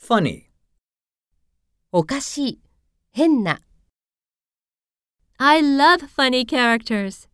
funny, おかしい、変な。 I love funny characters.